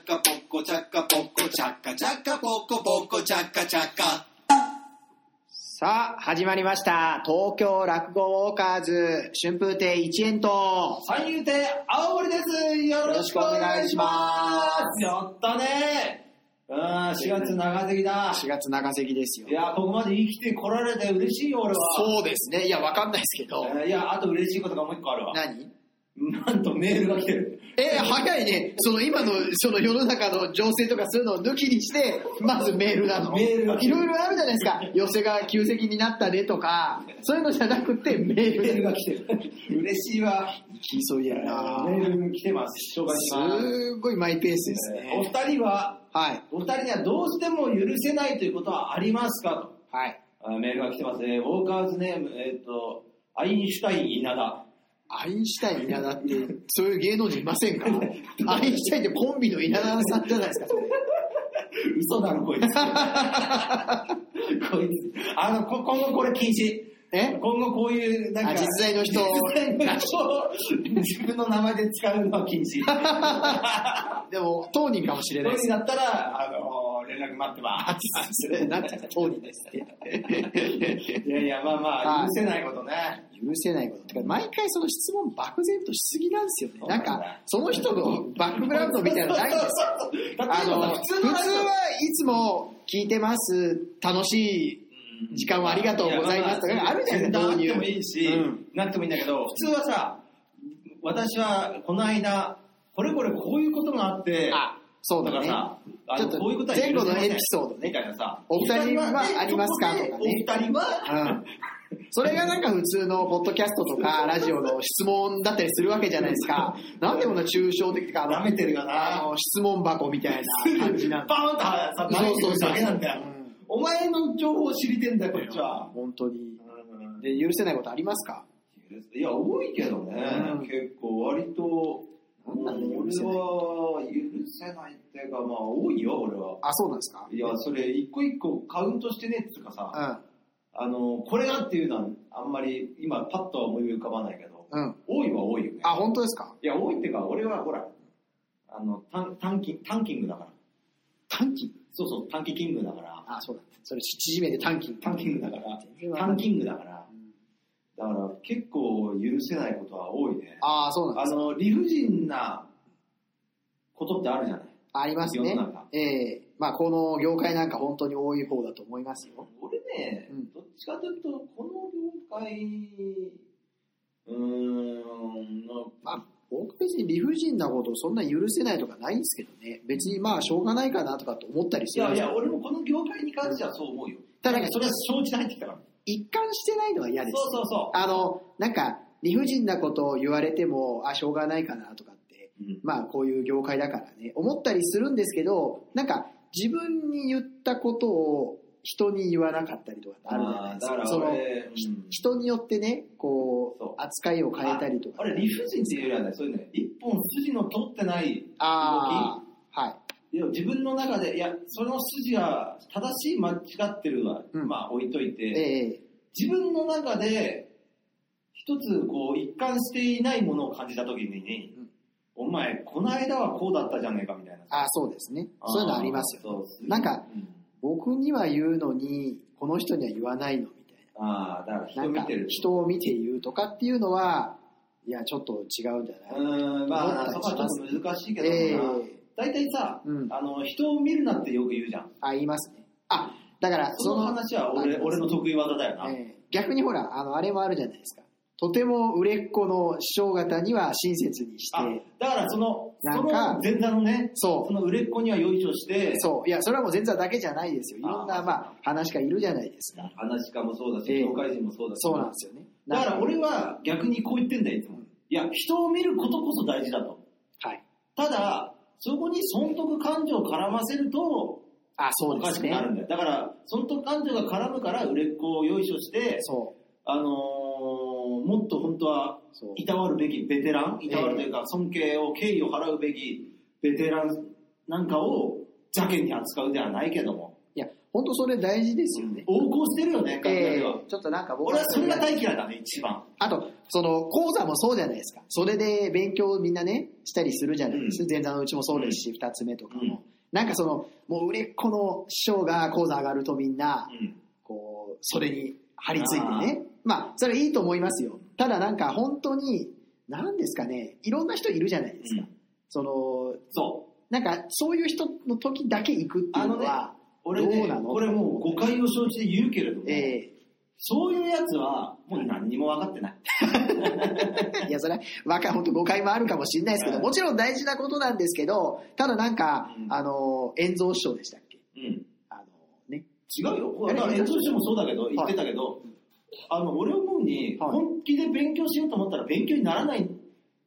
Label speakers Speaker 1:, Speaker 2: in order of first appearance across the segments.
Speaker 1: チャカポコチャカチャカポコポコチャカチャカ
Speaker 2: さあ、始まりました。東京落語ウォーカーズ、春風亭一円と、
Speaker 3: 三遊亭青森です。よろしくお願いします。やったね。うん、4月長すぎだ。
Speaker 2: 4月長関ですよ
Speaker 3: い。や、ここまで生きてこられて嬉しいよ、俺は。
Speaker 2: そうですね。いや、わかんないですけど。
Speaker 3: えーいや、あと嬉しいことがもう一個あるわ。
Speaker 2: 何
Speaker 3: なんとメールが来てる。
Speaker 2: えー早いね。その今の、その世の中の情勢とかそういうのを抜きにして、まずメールなの。
Speaker 3: メールが
Speaker 2: いろいろあるじゃないで すか。寄せが旧席になったねとか、そういうのじゃなくてメ
Speaker 3: メ
Speaker 2: ー
Speaker 3: ール
Speaker 2: ルが
Speaker 3: が来てる。嬉しいわ。
Speaker 2: 来そういやな
Speaker 3: メール来てます。紹介します。
Speaker 2: すごいマイペースです
Speaker 3: お
Speaker 2: ね。
Speaker 3: 二人は、
Speaker 2: はい。
Speaker 3: お二人にはどうしても許せないということはありますかと。
Speaker 2: はい。
Speaker 3: あメールが来てますね。ウォーカーズネーム、えっ、と、アインシュタイン稲田。
Speaker 2: アインシュタイン稲田って、そういう芸能人いませんかアインシュタインってコンビの稲田さんじゃないですか、それ
Speaker 3: 嘘だろ、 こいつ。こいつ。あの、こ今後これ禁止。
Speaker 2: え
Speaker 3: 今後こういう、なんか。
Speaker 2: あ実在の人
Speaker 3: 実在の人を自分の名前で使うのは禁止。
Speaker 2: でも、当人かもしれ
Speaker 3: そう
Speaker 2: ない
Speaker 3: に
Speaker 2: で す。
Speaker 3: なったら、あの、連絡待ってま
Speaker 2: なんて当人ですって。
Speaker 3: す。いやいや、まあまあ、許せないことね。
Speaker 2: 許せないこと。てか、毎回その質問漠然としすぎなんですよね。な
Speaker 3: そうな
Speaker 2: ん
Speaker 3: ん
Speaker 2: か
Speaker 3: だ、
Speaker 2: その人のバックグラウンドみたいなのないんですよ。
Speaker 3: 例えば
Speaker 2: あの、
Speaker 3: 普
Speaker 2: 普
Speaker 3: 通
Speaker 2: 通
Speaker 3: のラジオ
Speaker 2: はいつも聞いてます、楽しい時間をありがとうございますとかあるじゃないですか、
Speaker 3: な
Speaker 2: 導
Speaker 3: っ
Speaker 2: 入
Speaker 3: てもいいし、
Speaker 2: うん
Speaker 3: なくてもいいんだけど、普通はさ、私はこの間、これこれこういうことがあって、
Speaker 2: あ、そうだ
Speaker 3: から
Speaker 2: ね。
Speaker 3: さ、あ
Speaker 2: ちょ
Speaker 3: の
Speaker 2: っと
Speaker 3: こういうことは
Speaker 2: 前後
Speaker 3: 許
Speaker 2: の
Speaker 3: せません
Speaker 2: エピソードね
Speaker 3: みたいなさ、
Speaker 2: お二人はありますか
Speaker 3: お二人はねお二人は、
Speaker 2: うんそれがなんか普通のポッドキャストとかラジオの質問だったりするわけじゃないですか。なんでこんな抽象的か、
Speaker 3: 舐めてるよな
Speaker 2: あの、質問箱みたいな感じな
Speaker 3: バー
Speaker 2: ん
Speaker 3: ン
Speaker 2: だ。
Speaker 3: とさ、投げてくるだけなんだよ
Speaker 2: そうそうそううん。
Speaker 3: お前の情報を知りてんだよ、こっちは。
Speaker 2: 本当に。で、許せないことありますか
Speaker 3: いや、多いけどね、
Speaker 2: うん
Speaker 3: 結構割と、
Speaker 2: なんなんだ
Speaker 3: 俺
Speaker 2: よ
Speaker 3: は許せないっていうか、まあ多いよ、俺は。
Speaker 2: あ、そうなんですか
Speaker 3: いや、それ一個一個カウントしてねっていうかさ、あの、これがっていうのはあんまり今パッとは思い浮かばないけど、
Speaker 2: うん。うん。
Speaker 3: 多いは多いよね。
Speaker 2: あ、本当ですか
Speaker 3: いや、多いっていうか、俺はほら、あの、タンタンキン、タンキングだから。
Speaker 2: 短期
Speaker 3: そうそう、タンキキングだから。
Speaker 2: あ、そうだ。それ縮めて短期。
Speaker 3: タンキングだから。
Speaker 2: 全然わか
Speaker 3: タ
Speaker 2: ん
Speaker 3: ン
Speaker 2: ない
Speaker 3: キングだから。だから、結構許せないことは多いね。
Speaker 2: あー、そうなん
Speaker 3: あの、理不尽なことってあるじゃない。
Speaker 2: ありますね
Speaker 3: 世の中。
Speaker 2: ええまあ、この業界なんか本当に多い方だと思いますよ。
Speaker 3: 俺ね、
Speaker 2: うん
Speaker 3: どっちかというと、この業界、うーん、の
Speaker 2: まあ、僕別に理不尽なことそんな許せないとかないんですけどね。別にまあ、しょうがないかなとかと思ったり
Speaker 3: い
Speaker 2: するん
Speaker 3: や
Speaker 2: で
Speaker 3: い
Speaker 2: すよ
Speaker 3: や、俺もこの業界に関してはそう思うよ。
Speaker 2: ただ
Speaker 3: なんかそれは承知で入ってきたから。
Speaker 2: 一貫してないのは嫌
Speaker 3: そう
Speaker 2: です。
Speaker 3: そうそ
Speaker 2: あの、なんか、理不尽なことを言われても、あ、しょうがないかなとかって、
Speaker 3: う。うん
Speaker 2: まあ、こういう業界だからね、思ったりするんですけど、なんか、自分に言ったことを人に言わなかったりとかってあるじゃないです
Speaker 3: あーだ
Speaker 2: か。
Speaker 3: ら
Speaker 2: その、
Speaker 3: 俺
Speaker 2: ひ
Speaker 3: うん
Speaker 2: 人によってね、こ
Speaker 3: そう
Speaker 2: う、扱いを変えたりとか。
Speaker 3: あれ、理不尽っていうよりはね、そういうね、一本筋の通ってない、
Speaker 2: ああ、はい。
Speaker 3: いや自分の中で、いや、その筋は正しい、間違ってるは、
Speaker 2: うん
Speaker 3: まあ置いといて、
Speaker 2: ええ
Speaker 3: 自分の中で、一つこう、一貫していないものを感じたときに、
Speaker 2: うん
Speaker 3: お前、この間はこうだったじゃねえかみたいな。
Speaker 2: ああ、そうですね。そういうのありますよ。
Speaker 3: よ。そう
Speaker 2: なんか、
Speaker 3: うん
Speaker 2: 僕には言うのに、この人には言わないのみたい
Speaker 3: ああ、だから
Speaker 2: な。
Speaker 3: 人
Speaker 2: なん
Speaker 3: 見
Speaker 2: か
Speaker 3: てる。
Speaker 2: 人を見て言うとかっていうのは、いや、ちょっと違うんじゃ
Speaker 3: う
Speaker 2: ない
Speaker 3: ん、まあ、
Speaker 2: 思
Speaker 3: そ
Speaker 2: っ
Speaker 3: こ
Speaker 2: た
Speaker 3: は
Speaker 2: りします
Speaker 3: ちょっと難しいけどな、
Speaker 2: ええ
Speaker 3: 大体さ、
Speaker 2: うん
Speaker 3: あの、人を見るなってよく言うじゃん。
Speaker 2: あ、言いますね。あ、だから、
Speaker 3: その話は俺
Speaker 2: あ
Speaker 3: 俺の得意技だよな。
Speaker 2: ええ逆にほら、あの、あれもあるじゃないですか。とても売れっ子の師匠方には親切にし
Speaker 3: あ
Speaker 2: て、
Speaker 3: だからその、
Speaker 2: な
Speaker 3: そ
Speaker 2: んか
Speaker 3: の前座のね、
Speaker 2: そう
Speaker 3: その売れっ子にはよいしょして、
Speaker 2: そう、いや、それはもう全座だけじゃないですよ。いろんな、
Speaker 3: あ
Speaker 2: まあ、話がいるじゃないですか。
Speaker 3: 話し家もそうだし、
Speaker 2: ええ
Speaker 3: 業界人もそうだし。
Speaker 2: そうなんですよね。
Speaker 3: だから
Speaker 2: なん
Speaker 3: 俺は逆にこう言ってんだよ、いつも。いや、人を見ることこそ大事だと。
Speaker 2: はい。
Speaker 3: ただ、そこに損得感情を絡ませると、
Speaker 2: あ、そ
Speaker 3: お
Speaker 2: うで
Speaker 3: かし
Speaker 2: す
Speaker 3: くなるん
Speaker 2: ね。
Speaker 3: だよ。だから、損得感情が絡むから、売れっ子をよいしょして、
Speaker 2: そう。
Speaker 3: あのーもっと本当は
Speaker 2: そう、
Speaker 3: いたわるべきベテラン、
Speaker 2: え
Speaker 3: いたわるというか、尊敬を、敬意を払うべきベテランなんかを、邪険に扱うではないけども、
Speaker 2: いや、本当それ大事ですよね。
Speaker 3: 横行してるよね、感じ
Speaker 2: え
Speaker 3: では
Speaker 2: え。ちょっとなんか僕
Speaker 3: 俺はそれが大嫌いだね、一番。
Speaker 2: あと、その、講座もそうじゃないですか。それで勉強をみんなね、したりするじゃないですか。前座のうちもそうですし、二、つ目とかも。なんかその、もう売れっ子の師匠が講座上がるとみんな、
Speaker 3: うん。
Speaker 2: こう、それに張り付いてね。まあ、それはいいと思いますよ。ただなんか本当に、何ですかね、いろんな人いるじゃないですか。
Speaker 3: うん
Speaker 2: その、
Speaker 3: そう。
Speaker 2: なんかそういう人の時だけ行くっていうのは、
Speaker 3: 俺
Speaker 2: どう
Speaker 3: ね
Speaker 2: な、の
Speaker 3: これもう誤解を承知で言うけれども、
Speaker 2: え
Speaker 3: そういうやつは、もう何にも分かってない。
Speaker 2: えいや、それは、若ほんと誤解もあるかもしれないですけど、
Speaker 3: はい
Speaker 2: もちろん大事なことなんですけど、ただなんか、
Speaker 3: うん
Speaker 2: あの、炎蔵師匠でしたっけ
Speaker 3: うん。
Speaker 2: あのね、
Speaker 3: 違うよ。だから、演奏してもそうだけど、言ってたけど、あの、俺思うに、
Speaker 2: はい
Speaker 3: 本気で勉強しようと思ったら勉強にならない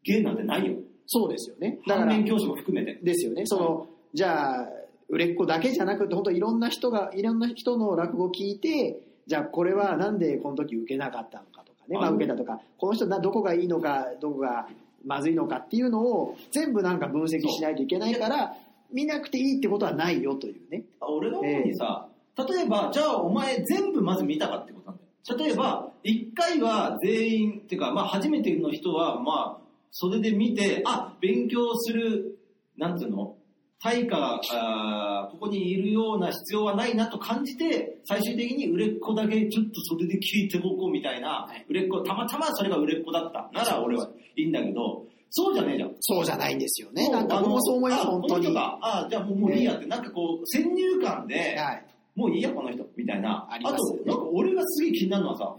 Speaker 3: 芸なんてないよ。
Speaker 2: そうですよね。だか
Speaker 3: 反
Speaker 2: ら
Speaker 3: 面、教師も含めて。
Speaker 2: ですよね。その、じゃあ、売れっ子だけじゃなくて、本当いろんな人が、いろんな人の落語を聞いて、じゃあこれはなんでこの時受けなかったのかとかね、まあ
Speaker 3: あの
Speaker 2: 受けたとか、この人などこがいいのか、どこがまずいのかっていうのを全部なんか分析しないといけないから、見なくていいってことはないよというね。
Speaker 3: あ俺が思うにさ、例えば、じゃあお前全部まず見たかってことなんだよ。例えば、一回は全員、っていうか、まあ初めての人は、まあ、それで見て、あ、勉強する、なんていうの対価、あーここにいるような必要はないなと感じて、最終的に売れっ子だけちょっとそれで聞いておこうみたいな、売れっ子、たまたまそれが売れっ子だったなら俺はいいんだけど、そうじゃねえじゃん。
Speaker 2: そうじゃないんですよね。
Speaker 3: もう
Speaker 2: なんか
Speaker 3: あの
Speaker 2: 僕もそう思います、
Speaker 3: あ
Speaker 2: 本当に。
Speaker 3: この人
Speaker 2: は
Speaker 3: かあじゃあもうもういいやって、なんかこう、先入観で、
Speaker 2: い。
Speaker 3: もういいや、この人、みたいな。
Speaker 2: あ
Speaker 3: あ
Speaker 2: ります
Speaker 3: と、なんか俺がすげえ気になるのはさ、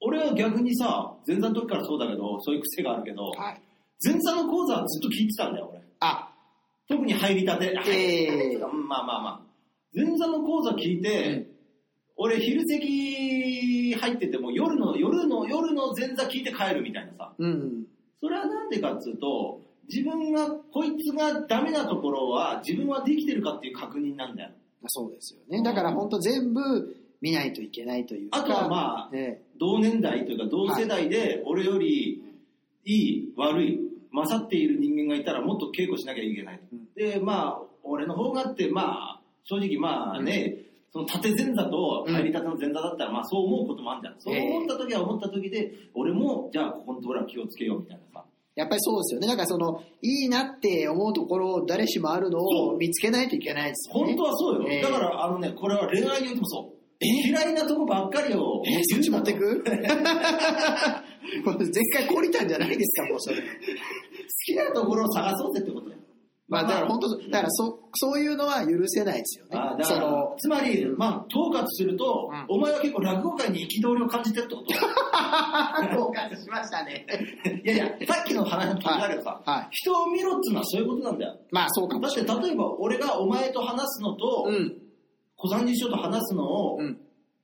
Speaker 3: 俺は逆にさ、前座の時からそうだけど、そういう癖があるけど、
Speaker 2: はい。
Speaker 3: 前座の講座はずっと聞いてたんだよ、俺。
Speaker 2: あ、
Speaker 3: 特に入りたて。
Speaker 2: ええ
Speaker 3: うんまあまあまあ。前座の講座聞いて、
Speaker 2: うん
Speaker 3: 俺昼席入ってても夜の、夜の、夜の前座聞いて帰るみたいなさ。
Speaker 2: うん。
Speaker 3: それはなんでかっつうと、自分が、こいつがダメなところは自分はできてるかっていう確認なんだよ。
Speaker 2: そうですよね。だから本当全部見ないといけないというか。
Speaker 3: あとはまあ、
Speaker 2: え
Speaker 3: 同年代というか同世代で俺よりいい、悪い、勝っている人間がいたらもっと稽古しなきゃいけない。
Speaker 2: うん
Speaker 3: で、まあ、俺の方がって、まあ、正直まあね、その縦前座と入りたての前座だったら、まあそう思うこともあるじゃん。そう思った時は思った時で、俺も、じゃあここのところは気をつけようみたいなさ。
Speaker 2: やっぱりそうですよね。だからその、いいなって思うところ、誰しもあるの
Speaker 3: そ
Speaker 2: を
Speaker 3: う
Speaker 2: 見つけないといけないですよ
Speaker 3: 本
Speaker 2: ね。
Speaker 3: 当はそうよ。
Speaker 2: ええ
Speaker 3: だから、あのね、これは恋愛においてもそう。嫌いなとこばっかりを。
Speaker 2: えー、そっち持ってくこれ 前回懲りたんじゃないですか、もうそれ。
Speaker 3: 好きなところを探そうぜってことだよ。
Speaker 2: まあだから本当、だからそ、そういうのは許せないですよね。
Speaker 3: あだか
Speaker 2: そ
Speaker 3: ら
Speaker 2: の、
Speaker 3: つまり、まあ、統括すると、
Speaker 2: うん
Speaker 3: お前は結構落語界に憤りを感じてるって ことだ
Speaker 2: あ、交換しましたね。
Speaker 3: いやいや、さっきの話の気になるよさ、
Speaker 2: はい。
Speaker 3: 人を見ろっていうのはそういうことなんだよ。
Speaker 2: まあそうかも
Speaker 3: だっ、
Speaker 2: して
Speaker 3: 例えば俺がお前と話すのと、
Speaker 2: れない。うん。
Speaker 3: 小三治師匠と話すのを、
Speaker 2: うん。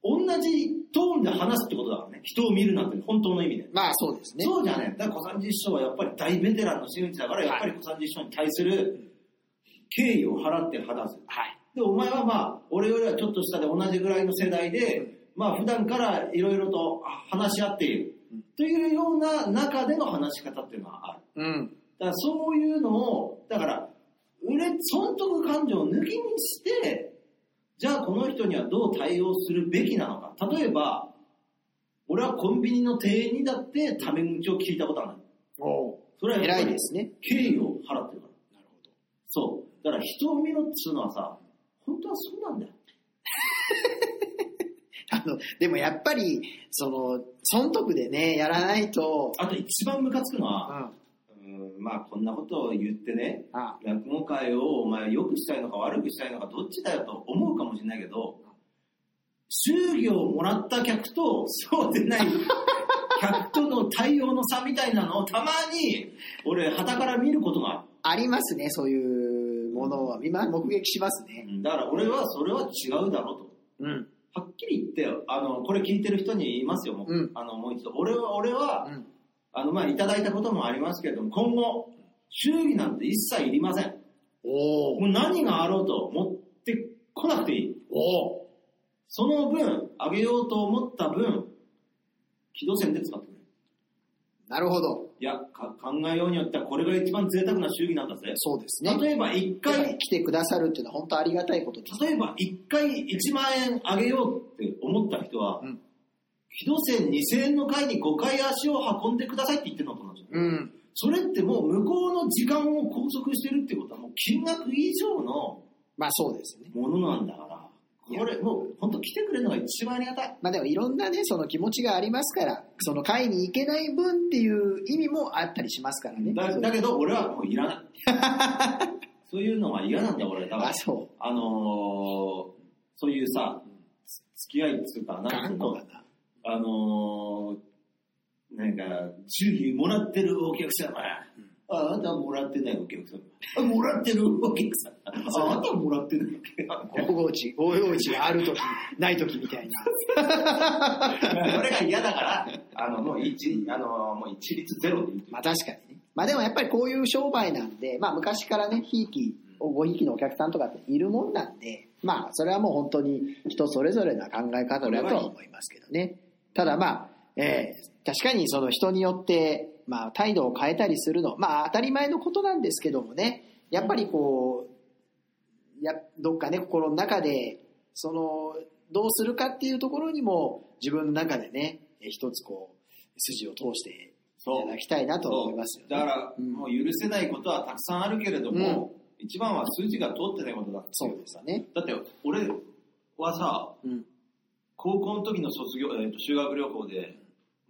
Speaker 3: 同じトーンで話すってことだからね。人を見るなんて本当の意味で。
Speaker 2: まあそうですね。
Speaker 3: そうじゃねえ。だから小三治師匠はやっぱり大ベテランの真打ちだから、やっぱり小三治師匠に対する敬意を払って話す。
Speaker 2: はい。
Speaker 3: で、お前はまあ、俺よりはちょっと下で同じぐらいの世代で、まあ普段からいろいろとあ話し合っている、というような中での話し方っていうのはある。
Speaker 2: うん。
Speaker 3: だからそういうのを、だから、売れ、損得感情を抜きにして、じゃあこの人にはどう対応するべきなのか。例えば、俺はコンビニの店員にだってタメ口を聞いたことはない。
Speaker 2: お
Speaker 3: それはやっぱ
Speaker 2: 偉
Speaker 3: り
Speaker 2: いですね。
Speaker 3: 敬意を払ってるから。なるほど。そう。だから人を見ろっつうのはさ、本当はそうなんだよ。
Speaker 2: あの、でもやっぱり、その、損得でね、やらないと、
Speaker 3: あと一番ムカつくの
Speaker 2: う
Speaker 3: は、
Speaker 2: ん。
Speaker 3: うん、まあこんなことを言ってね、
Speaker 2: あ
Speaker 3: 落語界をお前良くしたいのか悪くしたいのかどっちだよと思うかもしれないけど、祝儀をもらった客とそうでない客との対応の差みたいなのをたまに俺、傍から見ることがあ
Speaker 2: ありますね、そういうものは。今、目撃しますね。
Speaker 3: る。だから俺はそれは違うだろうと。
Speaker 2: うん。
Speaker 3: はっきり言って、あの、これ聞いてる人に言いますよ、もう。
Speaker 2: うん
Speaker 3: あの、もう一度。俺は、俺は、
Speaker 2: うん。
Speaker 3: あの、まあ、いただいたこともありますけれども、今後、祝儀なんて一切いりません。
Speaker 2: お
Speaker 3: もう何があろうと持ってこなくていい。
Speaker 2: お
Speaker 3: その分、あげようと思った分、軌道線で使ってくれ。
Speaker 2: なるほど。
Speaker 3: いや、か考えようによってはこれが一番贅沢な祝儀なんだぜ。
Speaker 2: そうですね。
Speaker 3: 例えば一
Speaker 2: やっぱ
Speaker 3: 回
Speaker 2: り、来てくださるっていうのは本当ありがたいことです。
Speaker 3: 例えば一回1万円あげようって思った人は、
Speaker 2: うん
Speaker 3: 軌道線2000円の回に5回足を運んでくださいって言ってるのと同じ。
Speaker 2: うん。
Speaker 3: それってもう向こうの時間を拘束してるってことはもう金額以上の
Speaker 2: まあそうですね。
Speaker 3: ものなんだから、これもう本当来てくれるのが一番ありがたい。
Speaker 2: まあでもいろんなね、その気持ちがありますから、その会に行けない分っていう意味もあったりしますからね。
Speaker 3: だだけど俺はもうい らない。そういうのは嫌なんだよ俺。だから
Speaker 2: あ、、そ
Speaker 3: あのーそういうさ、つ付き合いっつうか、
Speaker 2: う。
Speaker 3: なんつう
Speaker 2: 頑
Speaker 3: の
Speaker 2: 固だな。
Speaker 3: あのー、なんか、注意もらってるお客様。ああなたはもらってないお客様。あもらってるお客様。ああなたはもらってない お客様。
Speaker 2: 551、551がある時、ない時みたいな。
Speaker 3: それが嫌だから、あの、もう一、あの、もう一律ゼロでいい。
Speaker 2: まあ確かにね。まあでもやっぱりこういう商売なんで、まあ昔からね、ひいき、ごひいきのお客さんとかっているもんなんで、まあそれはもう本当に人それぞれな考え方だとは思いますけどね。ただまあ、えー確かにその人によって、まあ態度を変えたりするの、まあ当たり前のことなんですけどもね、やっぱりこう、やどっかね、心の中で、その、どうするかっていうところにも自分の中でね、え一つこう、筋を通していただきたいなと思いますよ、ね。
Speaker 3: だから、
Speaker 2: うん
Speaker 3: もう許せないことはたくさんあるけれども、一番は数字が通ってないことだってい
Speaker 2: そうですよね。
Speaker 3: だって、俺はさ、
Speaker 2: うん。
Speaker 3: 高校の時の卒業、えーと修学旅行で、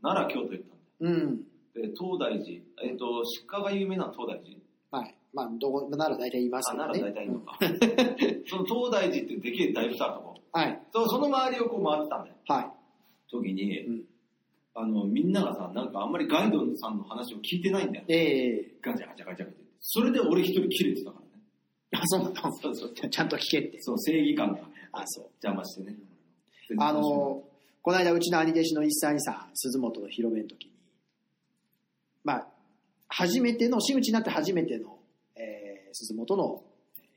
Speaker 3: 奈良、京都行ったんだよ
Speaker 2: うん。
Speaker 3: で東大寺、えっと失火が有名な東大寺
Speaker 2: はい。まあ、どこなら大体言います
Speaker 3: あ
Speaker 2: よね。
Speaker 3: 奈良大体いいの
Speaker 2: うん
Speaker 3: か その東大寺っていうでけえ大仏あるとこ
Speaker 2: はい。
Speaker 3: そうその周りをこう回ってたんだよ
Speaker 2: は
Speaker 3: 時に、
Speaker 2: うん
Speaker 3: あのみんながさなんかあんまりガイドさんの話を聞いてないんだよ
Speaker 2: い。ええ
Speaker 3: ガチャガチャガチャガチャってそれで俺一人切れてたからね
Speaker 2: あ、そうなの
Speaker 3: そうそう
Speaker 2: ちゃんと聞けって。
Speaker 3: そう正義感が
Speaker 2: あ、そう。
Speaker 3: 邪魔してね
Speaker 2: あの、この間、うちの兄弟子の一歳さん、鈴本の広めの時に、まあ、初めての、真打ちになって初めての、えー、鈴本の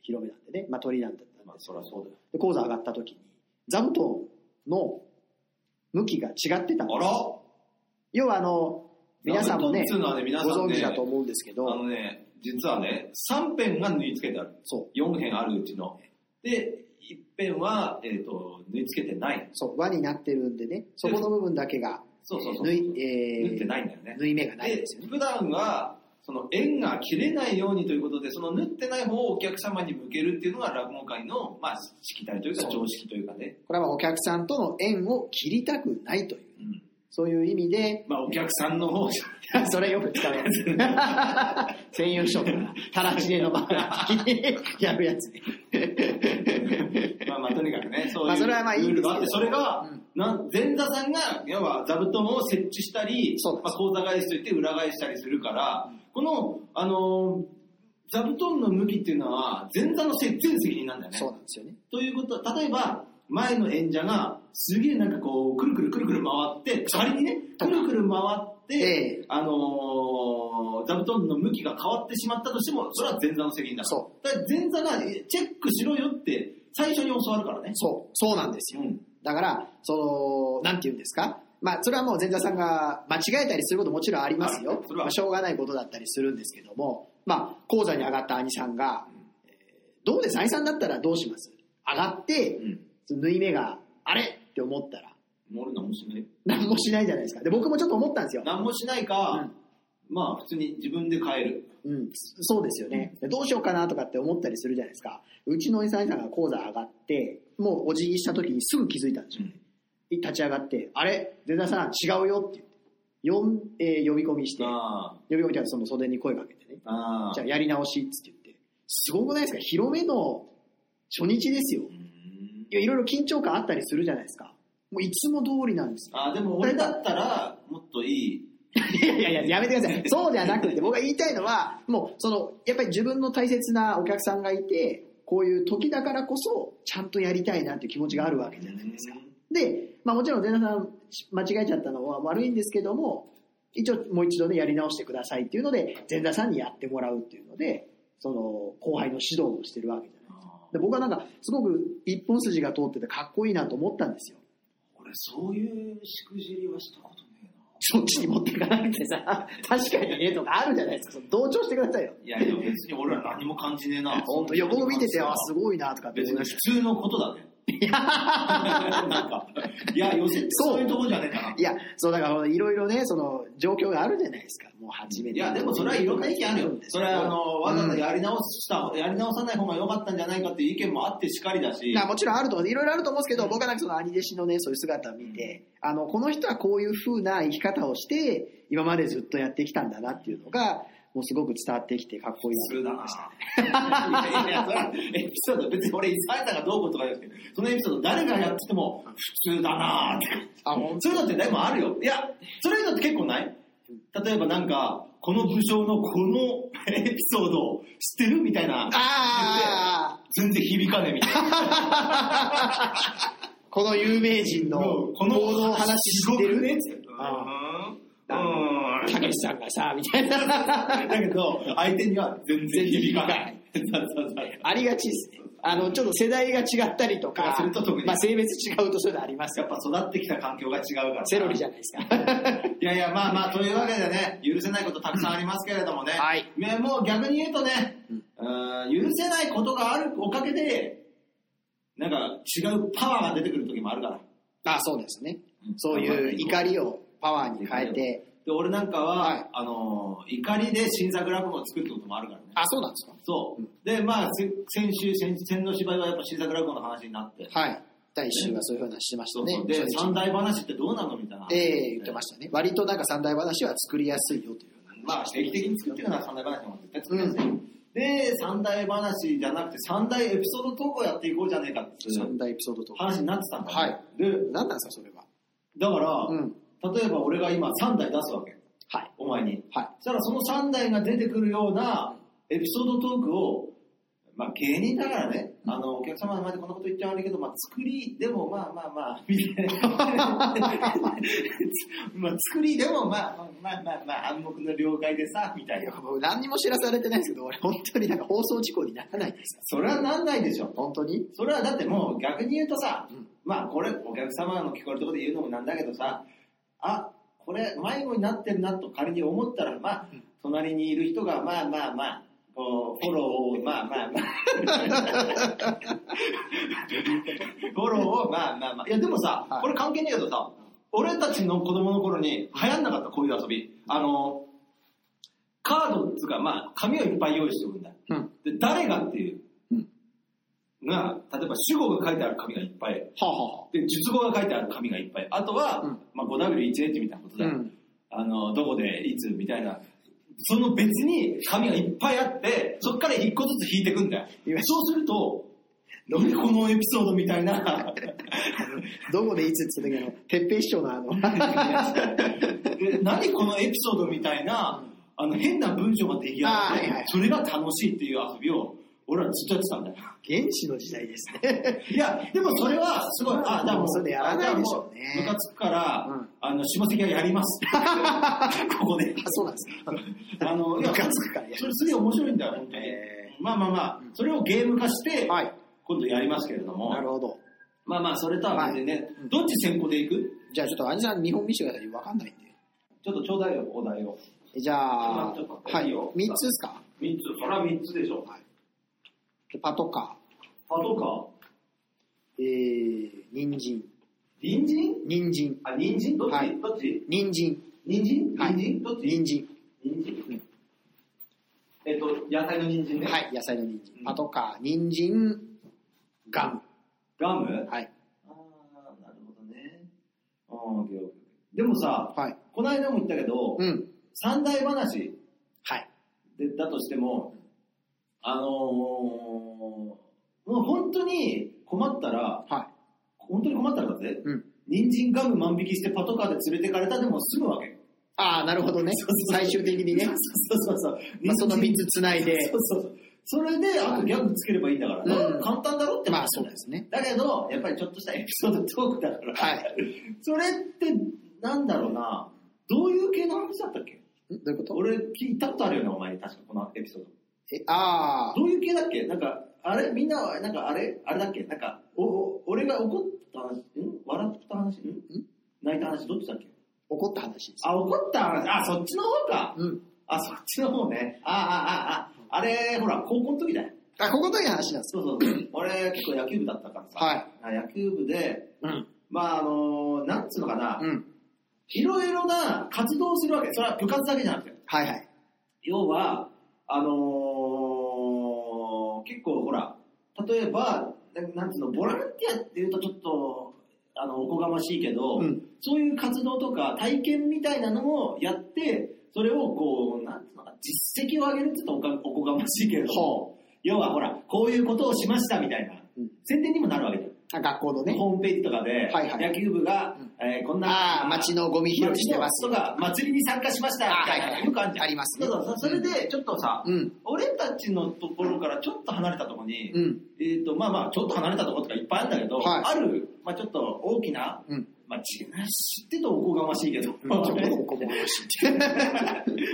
Speaker 2: 広めなんでね、まあ、鳥なんだったん
Speaker 3: まあ
Speaker 2: です
Speaker 3: そりゃそうだよ
Speaker 2: で、講座上がった時に、座布団の向きが違ってたんです
Speaker 3: あら
Speaker 2: 要はあの、皆さんもね、
Speaker 3: 座布団っていうのはね皆さんね
Speaker 2: ご存知だと思うんですけ
Speaker 3: あ
Speaker 2: ど、
Speaker 3: のね実はね3辺が縫い付けてある
Speaker 2: そう、
Speaker 3: 4辺あるうちので一辺は、えっと縫い付けてない
Speaker 2: そう、輪になってるんでね、そこの部分だけが、
Speaker 3: そうそうそう
Speaker 2: 縫い、えー
Speaker 3: 縫ってないんだよね
Speaker 2: 縫い目がないん
Speaker 3: で
Speaker 2: ですよね。
Speaker 3: 普段はその縁が切れないようにということでその縫ってない方をお客様に向けるっていうのが落語界の、まあ、しきたりというか
Speaker 2: そう
Speaker 3: 常識というかね、
Speaker 2: これはまあお客さんとの縁を切りたくないという、
Speaker 3: うん
Speaker 2: そういう意味で、
Speaker 3: まあ、お客さんの方じ
Speaker 2: それよく使うやつ。 専用書とか、タラチネの場合に やるやつね。
Speaker 3: ゃまあまあとにかくねそういう、
Speaker 2: まあそれはまあいいんですけど
Speaker 3: ルールがあってそれが、
Speaker 2: うん
Speaker 3: なん前座さんが要は座布団を設置したり
Speaker 2: そうです
Speaker 3: まあ、口座返しといって裏返したりするから、このあのー座布団の向きっていうのは前座の設定責任なんだよね
Speaker 2: そうなんですよね。
Speaker 3: ということは、例えば、前の演者が、すげえなんかこう、くるくるくるくる回って、仮にね、くるくる回って、
Speaker 2: ええ
Speaker 3: あのー座布団の向きが変わってしまったとしても、それは前座の責任だから。
Speaker 2: そ
Speaker 3: だから前座がえチェックしろよって、最初に教わるからね。
Speaker 2: そう、そうなんですよ。
Speaker 3: うん。
Speaker 2: だから、その、なんて言うんですか。まあ、それはもう前座さんが間違えたりすることもちろんあります
Speaker 3: はい
Speaker 2: よ。
Speaker 3: それは
Speaker 2: まあ、しょうがないことだったりするんですけども、まあ、講座に上がった兄さんが、えーどうです兄さんだったらどうします上がって、
Speaker 3: うん。
Speaker 2: その縫い目が、あれって思ったら、
Speaker 3: 俺何もしない。
Speaker 2: 何もしないじゃないですか。で、僕もちょっと思ったんですよ。
Speaker 3: 何もしないか、まあ普通に自分で変える。
Speaker 2: うん、そうですよね。でどうしようかなとかって思ったりするじゃないですか。うちのおじさん兄さんが講座上がって、もうお辞儀した時にすぐ気づいたんですよ。立ち上がって、あれ前座さん違うよって言って、呼んえー呼び込みして、呼
Speaker 3: あ
Speaker 2: び込みってその袖に声かけてね、
Speaker 3: あ、ああ。
Speaker 2: じゃあやり直しっつって言って、すごくないですか広めの初日ですよ
Speaker 3: う。ん
Speaker 2: いやいろいろ緊張感あったりするじゃないですか。もういつも通りなんですよ。
Speaker 3: ああ、でも俺だったら、もっといい。
Speaker 2: いやいやいや、やめてください。そうじゃなくて、僕が言いたいのは、もう、その、やっぱり自分の大切なお客さんがいて、こういう時だからこそ、ちゃんとやりたいなっていう気持ちがあるわけじゃないですか。で、まあもちろん前田さん間違えちゃったのは悪いんですけども、一応もう一度ね、やり直してくださいっていうので、前田さんにやってもらうっていうので、その、後輩の指導をしてるわけじゃない
Speaker 3: ああ
Speaker 2: で僕はなんか、すごく一本筋が通っててかっこいいなと思ったんですよ。
Speaker 3: 俺そういうしくじりはしたことねえな
Speaker 2: そっちに持っていかなくてさ、 確かにねとかあるじゃないですか。その同調してくださいよ。
Speaker 3: いやいや別に俺は何も感じねえな
Speaker 2: 本当、横を見てて、あ、すごいなとかって
Speaker 3: 別
Speaker 2: 思い
Speaker 3: に
Speaker 2: まし
Speaker 3: 普通のことだねなんか、いや、要するに
Speaker 2: そう
Speaker 3: そういうとこじゃねえかな。
Speaker 2: いや、そう、だから、いろいろね、その、状況があるじゃないですか。もう初めて。
Speaker 3: いや、でもそれはいろんな意見あるよ。それは、あの、わざわざやり直した、やり直さない方が良かったんじゃないかっていう意見もあってしかりだし、
Speaker 2: まあもちろんあると思う。いろいろあると思うんですけど、僕はなんかその兄弟子のね、そういう姿を見て、あの、この人はこういう風な生き方をして、今までずっとやってきたんだなっていうのが、もうすごく伝わってきて、かっこいい
Speaker 3: 普
Speaker 2: な
Speaker 3: 通だな。いやいや、それはエピソード、別に俺、イサエタがどうこうとかじゃなくて、そのエピソード誰がやってても、普通だなって。
Speaker 2: あ、ほん
Speaker 3: そういうのってでもあるよ。いや、そういうのって結構ない例えばなんか、この武将のこのエピソードを知ってるみたいな。
Speaker 2: あ
Speaker 3: 全然響かねえみたいな。
Speaker 2: ーこの有名人の
Speaker 3: もう
Speaker 2: 行動を話知っ
Speaker 3: すごく
Speaker 2: て
Speaker 3: ね
Speaker 2: る
Speaker 3: つってうん。うん
Speaker 2: たけしさんがさ、みたいな。
Speaker 3: だけど、相手には全然響かない。そう そうそう
Speaker 2: ありがちですね。あの、ちょっと世代が違ったりと
Speaker 3: と
Speaker 2: か
Speaker 3: か、すると特に
Speaker 2: まあ性別違うとそういうのあります
Speaker 3: や
Speaker 2: よ
Speaker 3: っ。ぱ育ってきた環境が違うから。
Speaker 2: セロリじゃ
Speaker 3: ん。
Speaker 2: ないですか。
Speaker 3: いやいや、まあまあ、というわけでね、許せないことたくさんありますけれどもね。
Speaker 2: はい。
Speaker 3: ねもう逆に言うとね、うん許せないことがあるおかげで、なんか違うパワーが出てくる時もあるから。
Speaker 2: あ、そうですね。そういう怒りをパワーに変えて、
Speaker 3: で、俺なんかは、
Speaker 2: はい
Speaker 3: あのー、怒りで新作落語を作ることもあるからね。
Speaker 2: あ、そうなんですか。
Speaker 3: そう。で、まあ、せ先週、先先の芝居はやっぱ新作落語の話になって。
Speaker 2: はい。第一週はそういうふうなしてまし
Speaker 3: そ
Speaker 2: た
Speaker 3: う
Speaker 2: ね
Speaker 3: そう。で、
Speaker 2: 初日
Speaker 3: 三大話ってどうなのみたいな。
Speaker 2: ええ言ってましたね。割となんか三大話は作りやすいよという。
Speaker 3: まあ、定期的に作ってるのは三大話も絶対作りますよ。で、三大話じゃなくて、三大エピソード投稿やっていこうじゃねえかっていう
Speaker 2: 三大エピソードとか。
Speaker 3: 話になってたんだ、
Speaker 2: はい。
Speaker 3: で、
Speaker 2: 何なんですか、それは。
Speaker 3: だから、
Speaker 2: うん
Speaker 3: 例えば俺が今三台出すわけ。
Speaker 2: はい。
Speaker 3: お前に。
Speaker 2: はい。
Speaker 3: そしたらその三台が出てくるようなエピソードトークを、まあ芸人だからね、あの、お客様の前でこんなこと言っちゃうんだけど、まあ作りでもまあまあまあ、 みたい な。まあ作りでもまあまあまあまあ、まあ、暗黙の了解でさ、みたい
Speaker 2: いや、
Speaker 3: な。
Speaker 2: 僕何にも知らされてないですけど、俺本当になんか放送事故にならないんですよ。
Speaker 3: それはなんないでしょ。
Speaker 2: 本当に
Speaker 3: それはだってもう逆に言うとさ、
Speaker 2: うん
Speaker 3: まあこれお客様の聞こえるところで言うのもなんだけどさ、あ、これ迷子になってるなと仮に思ったら、まあ、隣にいる人がまあまあまあ、こう、フォローを、まあまあまあ。 フォローを、まあまあまあ。いやでもさ、
Speaker 2: はい
Speaker 3: これ関係ねえけどさ、俺たちの子供の頃に流行んなかったこういう遊び。あの、カードっつうか、まあ、紙をいっぱい用意しておくんだよ。
Speaker 2: うん。
Speaker 3: で、誰がっていう。
Speaker 2: うん
Speaker 3: が、例えば主語が書いてある紙がいっぱい。
Speaker 2: はあ、は
Speaker 3: で、述語が書いてある紙がいっぱい。あとは、
Speaker 2: うん
Speaker 3: まあ、5W1H みたいなこと
Speaker 2: あ、
Speaker 3: だ、あの、どこで、いつみたいな。その別に紙がいっぱいあって、そっから一個ずつ引いていくんだよ。
Speaker 2: いや
Speaker 3: そうすると、何このエピソードみたい な。
Speaker 2: どこでいつって言った時の、てっぺい師匠のあ の、
Speaker 3: で何このエピソードみたいな、あの、変な文章が出来上がっ
Speaker 2: あーはいは
Speaker 3: て
Speaker 2: い、
Speaker 3: それが楽しいっていう遊びを、俺らずっとやってたんだよ。
Speaker 2: 原始の時代ですね。
Speaker 3: いや、でもそれは、すごい、あ、だからもう、
Speaker 2: それやらないでしょうね
Speaker 3: あじゃあもうムカつくから、
Speaker 2: うん
Speaker 3: あの、下関はやり ます。ここで
Speaker 2: あ。、そうなんですか。
Speaker 3: あの、いや
Speaker 2: ムカつくからやる
Speaker 3: それすげえ面白いんだよ、本当に
Speaker 2: へ。
Speaker 3: まあまあまあ、それをゲーム化して、
Speaker 2: はい。
Speaker 3: 今度やりますけれども、
Speaker 2: なるほど。
Speaker 3: まあまあ、それとは別にね、
Speaker 2: うん
Speaker 3: どっち先行でいく
Speaker 2: じゃあちょっと兄さん、日本見せてください。わかんないんで。
Speaker 3: ちょっとちょうだいよ、お題を。
Speaker 2: えじゃあ、
Speaker 3: ちょっと待って
Speaker 2: はいい
Speaker 3: いよ。
Speaker 2: 三つですか
Speaker 3: 3つ、それは3つでしょ。
Speaker 2: でパトカ
Speaker 3: パトカー、
Speaker 2: ー、えー、人参、
Speaker 3: 人参
Speaker 2: 人参、
Speaker 3: あ、人参どっち、
Speaker 2: はい
Speaker 3: どっち
Speaker 2: 人参、
Speaker 3: 人参
Speaker 2: はい
Speaker 3: 人参どっち
Speaker 2: 人参、
Speaker 3: 人参えっと、野菜の人参ね。
Speaker 2: はい、野菜の人
Speaker 3: う
Speaker 2: 参、
Speaker 3: ん
Speaker 2: パトカー、人参、ガム、
Speaker 3: ガム
Speaker 2: は
Speaker 3: あ
Speaker 2: い、
Speaker 3: あ、なるほどね。あーオッケーオッケーでもさ、
Speaker 2: はい、
Speaker 3: この間も言ったけど、
Speaker 2: うん、
Speaker 3: 三大話
Speaker 2: はい、
Speaker 3: でだとしても、あのー、もう本当に困ったら、
Speaker 2: は
Speaker 3: 本当に困ったらだぜ
Speaker 2: い、、うん。
Speaker 3: 人参ガム万引きしてパトカーで連れてかれたでも済むわけ。
Speaker 2: ああ、なるほどね。最終的にね、
Speaker 3: そうそうそう。
Speaker 2: まあ、その3つつないで、
Speaker 3: そうそうそう。それで、あとギャグつければいいんだから、
Speaker 2: うん
Speaker 3: 簡単だろって
Speaker 2: まあ
Speaker 3: 話
Speaker 2: そうですね。
Speaker 3: だけど、やっぱりちょっとしたエピソードトークだから、
Speaker 2: はい
Speaker 3: それって、なんだろうな、どういう系の話だったっけ
Speaker 2: んどういうこと
Speaker 3: 俺、聞いたことあるよね、お前、確かこのエピソー
Speaker 2: えあ
Speaker 3: ド。どういう系だっけなんか、あれみんなは、なんかあれあれだっけなんか、お、お俺が怒った話、ん笑った話、ん泣いた話、どっちだっけ
Speaker 2: あ、怒った話です。
Speaker 3: あ、怒った話、あ、そっちの方か。
Speaker 2: うん、
Speaker 3: あ、そっちの方ね。あ、あ、あ、あ、あれ、ほら、高校の時だよ。
Speaker 2: あ、ここだけの話なんです
Speaker 3: そ
Speaker 2: よ。
Speaker 3: う そう。俺、結構野球部だったからさ。
Speaker 2: はい
Speaker 3: あ野球部で、
Speaker 2: うん。
Speaker 3: まあ、あの、なんつうのかな。
Speaker 2: うん。
Speaker 3: いろいろな活動をするわけ。それは部活だけじゃなくて。
Speaker 2: はいはい。
Speaker 3: 要は、あのー結構ほら、例えば、ななんつうの、ボランティアっていうとちょっと、あの、おこがましいけど、
Speaker 2: うん
Speaker 3: そういう活動とか体験みたいなのもやって、それをこう、なんつうのかな、実績を上げるって言うとおかおこがましいけど、要はほら、こういうことをしましたみたいな、
Speaker 2: うん
Speaker 3: 宣伝にもなるわけだよ。
Speaker 2: あ学校のね。
Speaker 3: ホームページとかで、
Speaker 2: はいはい
Speaker 3: 野球部が、えーこんな、
Speaker 2: ああ、町のゴミ拾いしてます。
Speaker 3: とか、祭りに参加しましたみたい
Speaker 2: あはいは
Speaker 3: な、
Speaker 2: い
Speaker 3: よくあるじゃん。
Speaker 2: ありますね
Speaker 3: そうそうそうそれで、ちょっとさ、
Speaker 2: うん。
Speaker 3: 俺たちのところからちょっと離れたところに、
Speaker 2: うん。
Speaker 3: えっ、と、まあまあ、ちょっと離れたところとかいっぱいあるんだけど、
Speaker 2: はい
Speaker 3: ある、まあちょっと大きな、
Speaker 2: うん。
Speaker 3: まあ、ちなしってとおこが ましいけど、
Speaker 2: ちょっとおこぼれしいって。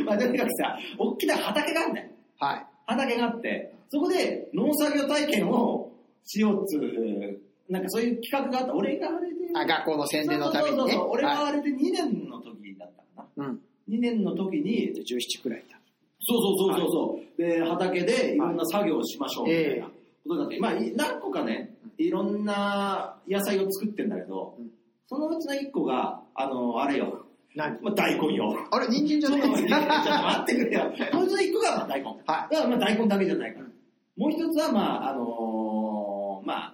Speaker 3: まあ、とにかくさ、大きな畑があるんだよ。
Speaker 2: はい。
Speaker 3: 畑があって、そこで農作業体験をしようっつう、なんかそういう企画があった。俺があれで、
Speaker 2: あ、学校の宣伝のために
Speaker 3: そう
Speaker 2: ね。
Speaker 3: そうそうそう俺が
Speaker 2: は
Speaker 3: あれで2年の時だったかな。
Speaker 2: いうん。
Speaker 3: 2年の時に、
Speaker 2: 17くらいだ。
Speaker 3: そうそうそうそうそう、で畑でいろんな作業をしましょうみたいな
Speaker 2: はい
Speaker 3: ことになって、まあい何個かねいろんな野菜を作ってんだけど、
Speaker 2: うん
Speaker 3: そのうちの1個があのあれよ、
Speaker 2: 何
Speaker 3: まあ、大根よ
Speaker 2: あれ、人参
Speaker 3: ち
Speaker 2: じゃ
Speaker 3: ょっと
Speaker 2: な
Speaker 3: 待っ
Speaker 2: い
Speaker 3: てくれよもう一つ1個がまあ大根、
Speaker 2: は
Speaker 3: だからまあ大根だけじゃないから、
Speaker 2: うん
Speaker 3: もう一つはまああのーまあ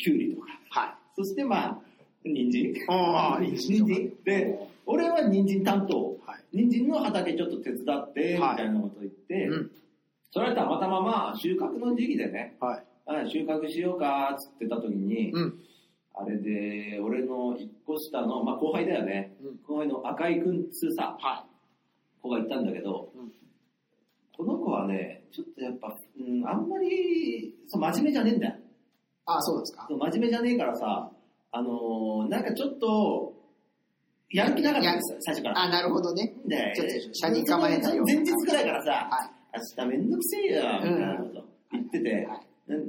Speaker 3: きゅうりとか
Speaker 2: はい。
Speaker 3: そしてまあ人参
Speaker 2: あー人参
Speaker 3: で俺は人参担当
Speaker 2: はい。
Speaker 3: 人参の畑ちょっと手伝ってみ
Speaker 2: はい
Speaker 3: たいなこと言って、
Speaker 2: うん。
Speaker 3: それはたまたままあ収穫の時期でね、
Speaker 2: はい。
Speaker 3: あ収穫しようかっつってた時に、
Speaker 2: うん。
Speaker 3: あれで、俺の一個下の、まあ後輩だよね、
Speaker 2: うん
Speaker 3: 後輩の赤井くんっつうさ、
Speaker 2: は
Speaker 3: 子がいたんだけど、
Speaker 2: うん
Speaker 3: この子はね、ちょっとやっぱ、うん、あんまり、そう真面目じゃねえんだよ。
Speaker 2: あ、そうなんですか
Speaker 3: そ。う真面目じゃねえからさ、あのーなんかちょっと、やる気なかったんですよ、最初から。
Speaker 2: あ、なるほどね。
Speaker 3: で
Speaker 2: ちょっと車に構えないよう
Speaker 3: 前日くらいからさ、
Speaker 2: は
Speaker 3: 明日めんどくせえよ、みたいなこと言ってて、
Speaker 2: はい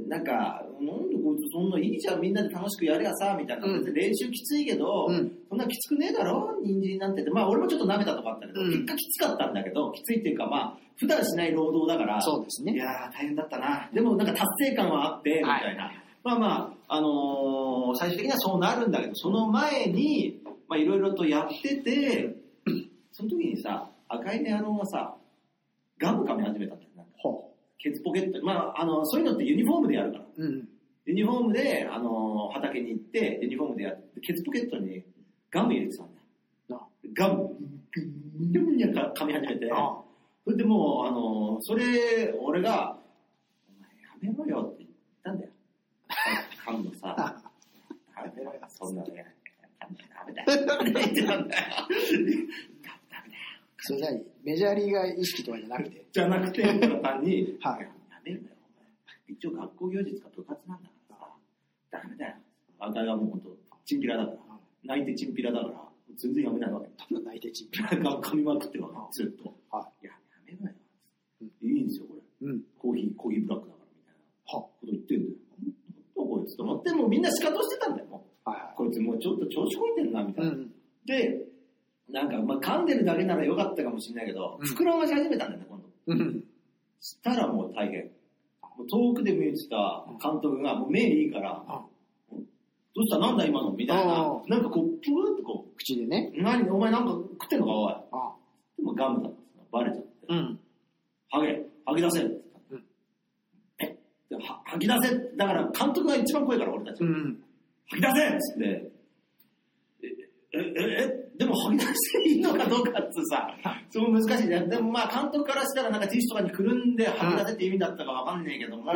Speaker 3: ななんか、なんでこいつそんないいじゃん、みんなで楽しくやりゃさ、みたいな。
Speaker 2: うん
Speaker 3: 別に練習きついけど、
Speaker 2: うん
Speaker 3: そんなきつくねえだろ、人参なんてって。まあ俺もちょっと舐めたとこあったけど、
Speaker 2: うん
Speaker 3: 結果きつかったんだけど、きついっていうかまあ、普段しない労働だから、
Speaker 2: そうです
Speaker 3: い
Speaker 2: ね。
Speaker 3: やー大変だったな。でもなんか達成感はあって、みたいな。まあまあ、あのー最終的にはそうなるんだけど、その前に、まあいろいろとやってて、その時にさ、赤いネアロンがさ、ガム噛み始めたんだよな。
Speaker 2: ほ
Speaker 3: ケツポケットにまあ、あの、そういうのってユニフォームでやるから。
Speaker 2: う。うん。
Speaker 3: ユニフォームで、あの、畑に行って、ユニフォームでやって、ケツポケットにガム入れてたんだよ。
Speaker 2: な
Speaker 3: ガム、ぐんぐんか噛み始めて。
Speaker 2: あ
Speaker 3: それでもう、あの、それ、俺が、お前やめろよって言ったんだよ。 噛むのさ、
Speaker 2: あ
Speaker 3: やめろよ、そんなのやめだよ。ダメだ よ。って言ったんだよ。
Speaker 2: それじゃメジャーリーガー意識とかじゃなくて。
Speaker 3: じゃなくて、ただ単に、
Speaker 2: はい
Speaker 3: やめるなよ、お前。一応学校行事か部活なんだからさ、ダメだよ。あんたがもうほんと、チンピラだから。泣いてチンピラだから、全然やめないわけ。
Speaker 2: 多分泣いてちん
Speaker 3: 噛みまくってるわけ、ずっと。
Speaker 2: はい
Speaker 3: や、やめろよ
Speaker 2: うん。
Speaker 3: いいんですよ、これ。
Speaker 2: うん。
Speaker 3: コーヒー、コーヒーブラックだから、みたいな
Speaker 2: は
Speaker 3: こと言ってんだよ。なんだこいつと思って、もうみんな仕方してたんだよ、も。
Speaker 2: はいう
Speaker 3: こいつもうちょっと調子こいてんな、みた
Speaker 2: はいい。
Speaker 3: な。
Speaker 2: ん。
Speaker 3: で、なんか、まあ噛んでるだけならよかったかもしれないけど
Speaker 2: う、ん
Speaker 3: 膨らまし始めたんだよね、今度。
Speaker 2: うん。
Speaker 3: したらもう大変。もう遠くで見えてた監督が、もう目いいから、
Speaker 2: あ
Speaker 3: どうしたなんだ今のみたいな
Speaker 2: あ。
Speaker 3: なんかこう、プーってこ
Speaker 2: 口でね。
Speaker 3: う、何お前なんか食ってんのかおい。
Speaker 2: あ
Speaker 3: でもガムだったんですよバレちゃって。
Speaker 2: うん。
Speaker 3: ハゲ、ハゲ出せって
Speaker 2: う
Speaker 3: 言っ
Speaker 2: ん
Speaker 3: た。えではハゲ出せだから監督が一番怖いから俺たち。
Speaker 2: う
Speaker 3: ハ
Speaker 2: ん。
Speaker 3: ゲ出せっつって。え、え、え、でもハゲ出していいのかどうかっつうさ、すごい難しいね。でもまあ監督からしたらなんかティッシュとかにくるんでハゲ出せって意味だったかわかんねえけども、
Speaker 2: うん。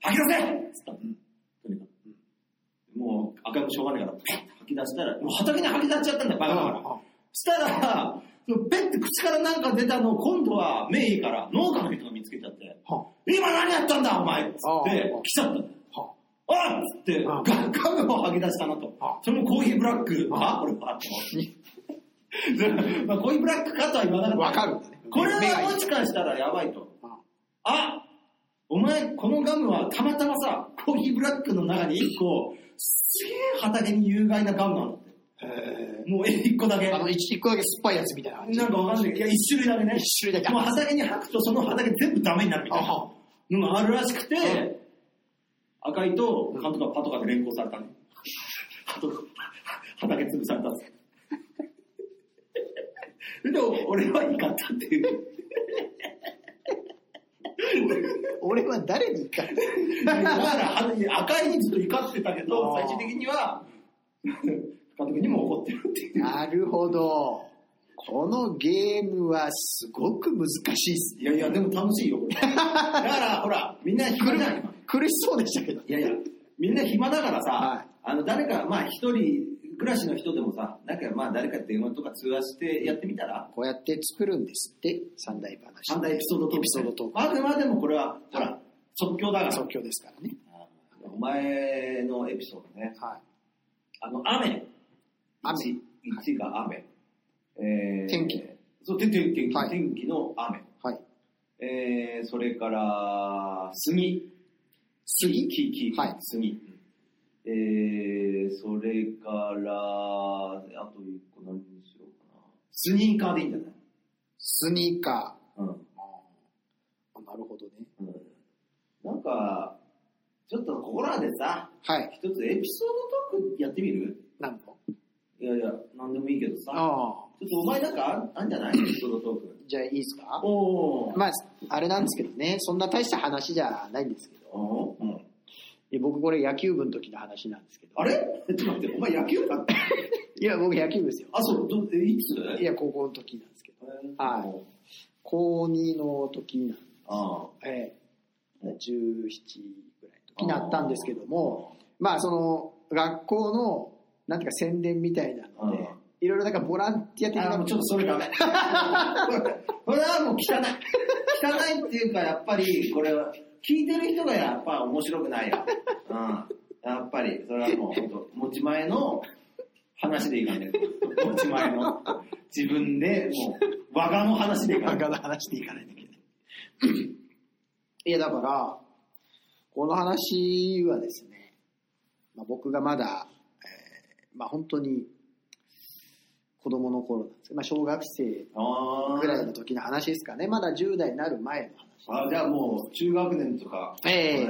Speaker 3: 吐き出せっつったの
Speaker 2: ん
Speaker 3: とにかく。もう、赤いもしょうがないから、吐き出したら、もう畑に吐き出しちゃったんだよ、バカだから。したら、ペッて口からなんか出たのを今度は目いいから、農家の人が見つけちゃって、
Speaker 2: は
Speaker 3: 今何やったんだお前っつって
Speaker 2: ああ、
Speaker 3: 来ちゃったんだよ。
Speaker 2: は
Speaker 3: おいっつって、
Speaker 2: ああ
Speaker 3: ガガムを吐き出したなと
Speaker 2: あ。
Speaker 3: それもコーヒーブラック。あ、これはって思って。 まあコーヒーブラックかとは言わなかった。
Speaker 2: わかるんだね。
Speaker 3: これ
Speaker 2: 目がいい
Speaker 3: はもしかしたらやばいと。
Speaker 2: あ
Speaker 3: あお前、このガムはたまたまさ、コーヒーブラックの中に1個、すげえ畑に有害なガムなんだって。
Speaker 2: へ
Speaker 3: もう1個だけ。
Speaker 2: ーあの、
Speaker 3: な
Speaker 2: 一一個だけ酸っぱいやつみたいな感じ。
Speaker 3: んかわかんない。いや、1種類だけね。
Speaker 2: 一種類だけ
Speaker 3: もう畑に吐くとその畑全部ダメになるみたい
Speaker 2: あは
Speaker 3: な。のがあるらしくて、赤いと、監督がパトカーで連行されたね。 パトカー畑潰されたっつってでも、俺は怒ったっていう。
Speaker 2: 俺は誰に行っ
Speaker 3: だ
Speaker 2: た
Speaker 3: か
Speaker 2: の
Speaker 3: ら、あの赤いにずっと怒ってたけど、
Speaker 2: あー
Speaker 3: 最終的には、 監督にも怒ってるっていう。
Speaker 2: なるほど。このゲームはすごく難しいっすね。
Speaker 3: いやいや、でも楽しいよ、これ。 だから、ほら、みんな暇じゃない。
Speaker 2: 苦しそうでしたけど。
Speaker 3: いやいや、みんな暇だからさ、
Speaker 2: はい
Speaker 3: あの、誰か、まあ、一人暮らしの人でもさ、なんか、まあ、誰か電話とか通話してやってみたら、
Speaker 2: こうやって作るんですって、三大話。
Speaker 3: 三大エピソードトーク。
Speaker 2: エピソードトーク
Speaker 3: あくまでもこれは、ほら、即興だから。
Speaker 2: 即興ですからね。
Speaker 3: あーお前のエピソードね。
Speaker 2: はい。
Speaker 3: あの、雨。
Speaker 2: 雨
Speaker 3: 1。一が雨。えー
Speaker 2: 天気。
Speaker 3: そう、天気、天気、
Speaker 2: はい
Speaker 3: 天気の雨。
Speaker 2: はい。
Speaker 3: えー、それから、杉。
Speaker 2: 杉
Speaker 3: 木、木、木
Speaker 2: はい
Speaker 3: 杉。えー、それから、あと一個何にしようかな。スニーカーでいいんじゃない
Speaker 2: スニーカ
Speaker 3: うん。
Speaker 2: ー。あなるほどね。
Speaker 3: うん。なんか、ちょっとここらでさ、
Speaker 2: はい。
Speaker 3: 一つエピソードトークやってみる
Speaker 2: 何個
Speaker 3: いやいや、なんでもいいけどさ。
Speaker 2: ああ。
Speaker 3: ちょっとお前なんかああんじゃないエピソードトーク。
Speaker 2: じゃあいいですか
Speaker 3: おー。
Speaker 2: まあ、あれなんですけどね。そんな大した話じゃないんですけど。
Speaker 3: おーうん
Speaker 2: いや僕これ野球部の時の話なんですけど。
Speaker 3: あれ ちょっと待って、お前野球部だった
Speaker 2: いや、僕野球部ですよ。
Speaker 3: あ、そう、どえいつ。
Speaker 2: いや、高校の時なんですけど。はい高2の時なん
Speaker 3: ああ。
Speaker 2: ええ、17ぐらいの時になったんですけども、まあその学校のなんていうか宣伝みたいなので
Speaker 3: あ、
Speaker 2: いろいろなんかボランティア的
Speaker 3: あー
Speaker 2: な
Speaker 3: もうちょっとそれ ダメ。これはもう汚い。汚いっていうか、やっぱり、これは、聞いてる人がやっぱ面白くないよ。うん。やっぱり、それはもう本当、持ち前の話でいかないと。持ち前の。自分で、もう、我がの話でいかないと。
Speaker 2: 漫画の話でいかないんだけど。いや、だから、この話はですね、まあ、僕がまだ、えーまあ本当に子供の頃なんですけど、まあ小学生
Speaker 3: あ
Speaker 2: ぐらいの時の話ですかね。まだ10代になる前の話。
Speaker 3: あ。あじゃあもう、中学年とか。
Speaker 2: ええ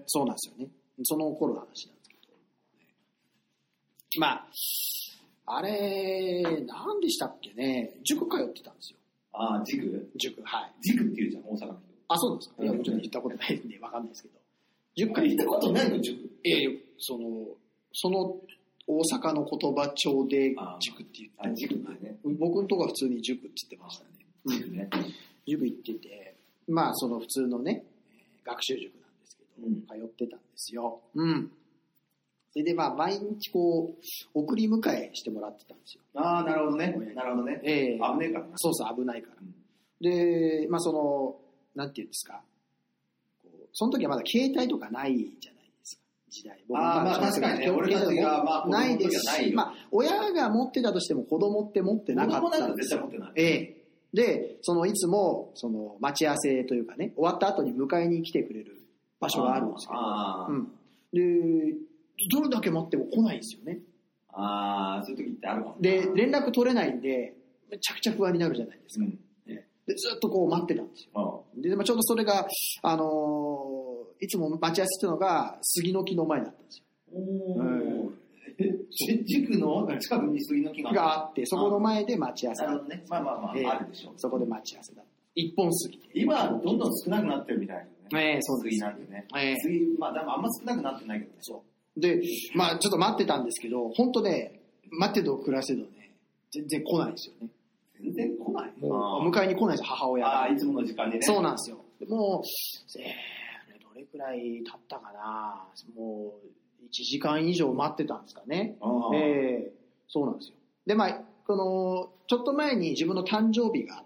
Speaker 3: え
Speaker 2: そうなんですよね。その頃の話なんですけど。まあ、あれ、何でしたっけね。塾通ってたんですよ。
Speaker 3: ああ、ジグ
Speaker 2: 塾、はい。
Speaker 3: ジグって言うじゃん、大阪の
Speaker 2: あ、そうですか。いや、
Speaker 3: うん
Speaker 2: もちろん行ったことないんで、わかんないですけど。塾
Speaker 3: 人。
Speaker 2: 通
Speaker 3: 行ったことないの、ジグ。
Speaker 2: いやいや、その、その大阪の言葉帳で
Speaker 3: あー
Speaker 2: 塾って言って
Speaker 3: あ、ジグってね。
Speaker 2: 僕のとこは普通に塾って言ってましたね。
Speaker 3: ジグね。
Speaker 2: 塾行ってて、まあその普通のね、えー学習塾なんですけど、
Speaker 3: うん
Speaker 2: 通ってたんですよ。うん。それでまあ毎日こう、送り迎えしてもらってたんですよ。
Speaker 3: ああ、なるほどね。なるほどね。
Speaker 2: ええ
Speaker 3: 危ねえからな。
Speaker 2: そうそう、危ないから
Speaker 3: うん。
Speaker 2: で、まあその、なんていうんですか、こうその時はまだ携帯とかないじゃないですか、時代。
Speaker 3: あーまあ
Speaker 2: 小学
Speaker 3: 確
Speaker 2: 生
Speaker 3: かにね
Speaker 2: の時
Speaker 3: 俺たちがまあ子供の時は
Speaker 2: ないです
Speaker 3: ない
Speaker 2: し、
Speaker 3: よ
Speaker 2: まあ親が持ってたとしても子供って持ってなか
Speaker 3: 子供
Speaker 2: っ
Speaker 3: なん
Speaker 2: たん
Speaker 3: か
Speaker 2: で
Speaker 3: 絶
Speaker 2: す
Speaker 3: 対
Speaker 2: よ
Speaker 3: 持。ってない。
Speaker 2: ええ。で、そのいつも、その待ち合わせというかね、終わった後に迎えに来てくれる場所があるんですけど、
Speaker 3: あー
Speaker 2: うん。で、どれだけ待っても来ないんですよね。
Speaker 3: あー、そういう時ってあるかもな。
Speaker 2: で、連絡取れないんで、めちゃくちゃ不安になるじゃないです
Speaker 3: う
Speaker 2: か。
Speaker 3: ん。
Speaker 2: で、ずっとこう待ってたんですよ。
Speaker 3: あー
Speaker 2: で、まあ、ちょうどそれが、あのーいつも待ち合わせしてたのが、杉の木の前だったんですよ。
Speaker 3: お
Speaker 2: う
Speaker 3: ー。え塾の近くに杉の木が
Speaker 2: があって、そこの前で待ち合わ
Speaker 3: な
Speaker 2: せ
Speaker 3: る
Speaker 2: だ
Speaker 3: ほ
Speaker 2: っ
Speaker 3: ど
Speaker 2: た。
Speaker 3: ね。まあまあま
Speaker 2: ええ
Speaker 3: あ、あるでしょう。
Speaker 2: そこで待ち合わせだった。一本杉で。
Speaker 3: 今、どんどん少なくなってるみたいなね。
Speaker 2: ええそうです
Speaker 3: 杉なんてね。
Speaker 2: ええ
Speaker 3: 杉、まあ、でもあんま少なくなってないけどね。
Speaker 2: そう。で、まあちょっと待ってたんですけど、本当ね、待ってど暮らせどね、全然来ないんですよね。
Speaker 3: 全然来ない。
Speaker 2: もう、
Speaker 3: あー
Speaker 2: 迎えに来ないんですよ、母親
Speaker 3: あ
Speaker 2: が
Speaker 3: ー、。いつもの時間にね。
Speaker 2: そうなんですよ。でもう、えー、どれくらい経ったかなもう、1時間以上待ってたんですかね。
Speaker 3: あー
Speaker 2: ええそうなんですよ。で、まあ、この、ちょっと前に自分の誕生日があっ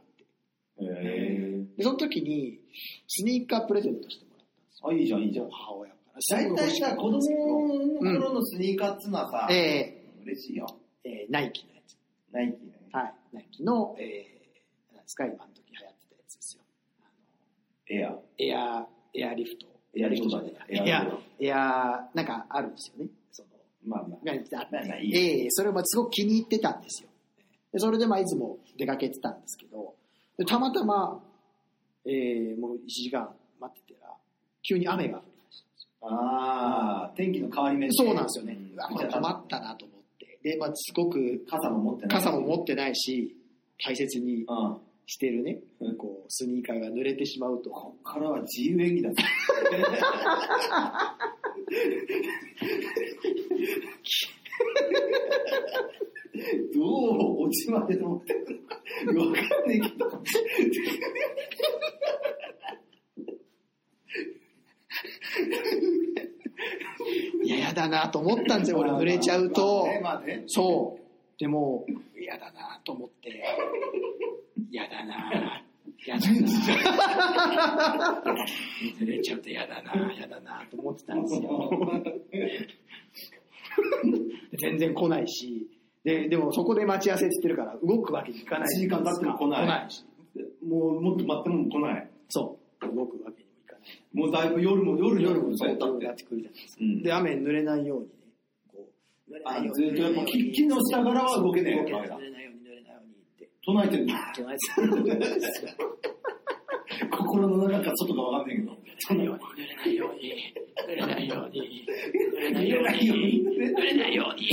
Speaker 2: て、
Speaker 3: へえ。
Speaker 2: でその時に、スニーカープレゼントしてもらったんですよ。
Speaker 3: あ、いいじゃん、いいじゃん。
Speaker 2: 母親から。
Speaker 3: 大体さ、子供
Speaker 2: 供
Speaker 3: の頃のスニーカーっつうのはさ、
Speaker 2: え
Speaker 3: 嬉しいよ。
Speaker 2: えええナイキのやつ。
Speaker 3: ナイキね。
Speaker 2: はい。ナイキの、えー、なんですか、今の時流行ってたやつですよ。あ
Speaker 3: エア。
Speaker 2: のエアー、エアリフト。
Speaker 3: エアリフトじゃない
Speaker 2: エア、エア、エアなんかあるんですよね。その、
Speaker 3: まあま
Speaker 2: があって
Speaker 3: まあまあいい
Speaker 2: ええそれもすごく気に入ってたんですよ。でそれでまあいつも出かけてたんですけど、でたまたま、ええもう1時間待ってたら、急に雨が降りました。
Speaker 3: ああ、天気の変わり目
Speaker 2: そうなんですよね。うわ、これ困
Speaker 3: ま
Speaker 2: ったなと思って。で、まあ、すごく
Speaker 3: 傘も持ってない。
Speaker 2: 傘も持ってないし、大切に
Speaker 3: うん。こ
Speaker 2: してるね
Speaker 3: うん、
Speaker 2: こう、スニーカーが濡れてしまうと。
Speaker 3: こからは自由演技だね。どう落ちまで持ってくるのかわかんないけど。
Speaker 2: いや、やだなと思ったんですよ、俺濡れちゃう と
Speaker 3: まあ。ね、まあね。
Speaker 2: そう。でも、嫌だなと思って。嫌だな嫌だな濡れちゃうと嫌だな嫌だなと思ってたんですよ。全然来ないし。で、でもそこで待ち合わせって言ってるから、動くわけにいかない
Speaker 3: 一時間経っても来ない
Speaker 2: 来ないし。
Speaker 3: もう、もっと待っても来ない。
Speaker 2: そう。動くわけにもいかない。
Speaker 3: もうだいぶ夜も夜
Speaker 2: 夜も
Speaker 3: そ
Speaker 2: そうう、
Speaker 3: だっ。
Speaker 2: 夜になっててくるじゃないです
Speaker 3: う
Speaker 2: か。
Speaker 3: ん
Speaker 2: で、雨に濡れないようにね、こう、濡れ
Speaker 3: あ
Speaker 2: ないよう
Speaker 3: ず
Speaker 2: に
Speaker 3: っとやっぱ木木の下からは動けねえよ
Speaker 2: そう動けない濡れないように、濡れないようにって。
Speaker 3: 唱えてるんだ。
Speaker 2: じゃないですか。
Speaker 3: 心の中か外かわかんないけど。
Speaker 2: 濡れないように、濡れないように、濡れないい
Speaker 3: よう
Speaker 2: よう
Speaker 3: に
Speaker 2: に、
Speaker 3: 濡
Speaker 2: 濡
Speaker 3: れ
Speaker 2: れないように。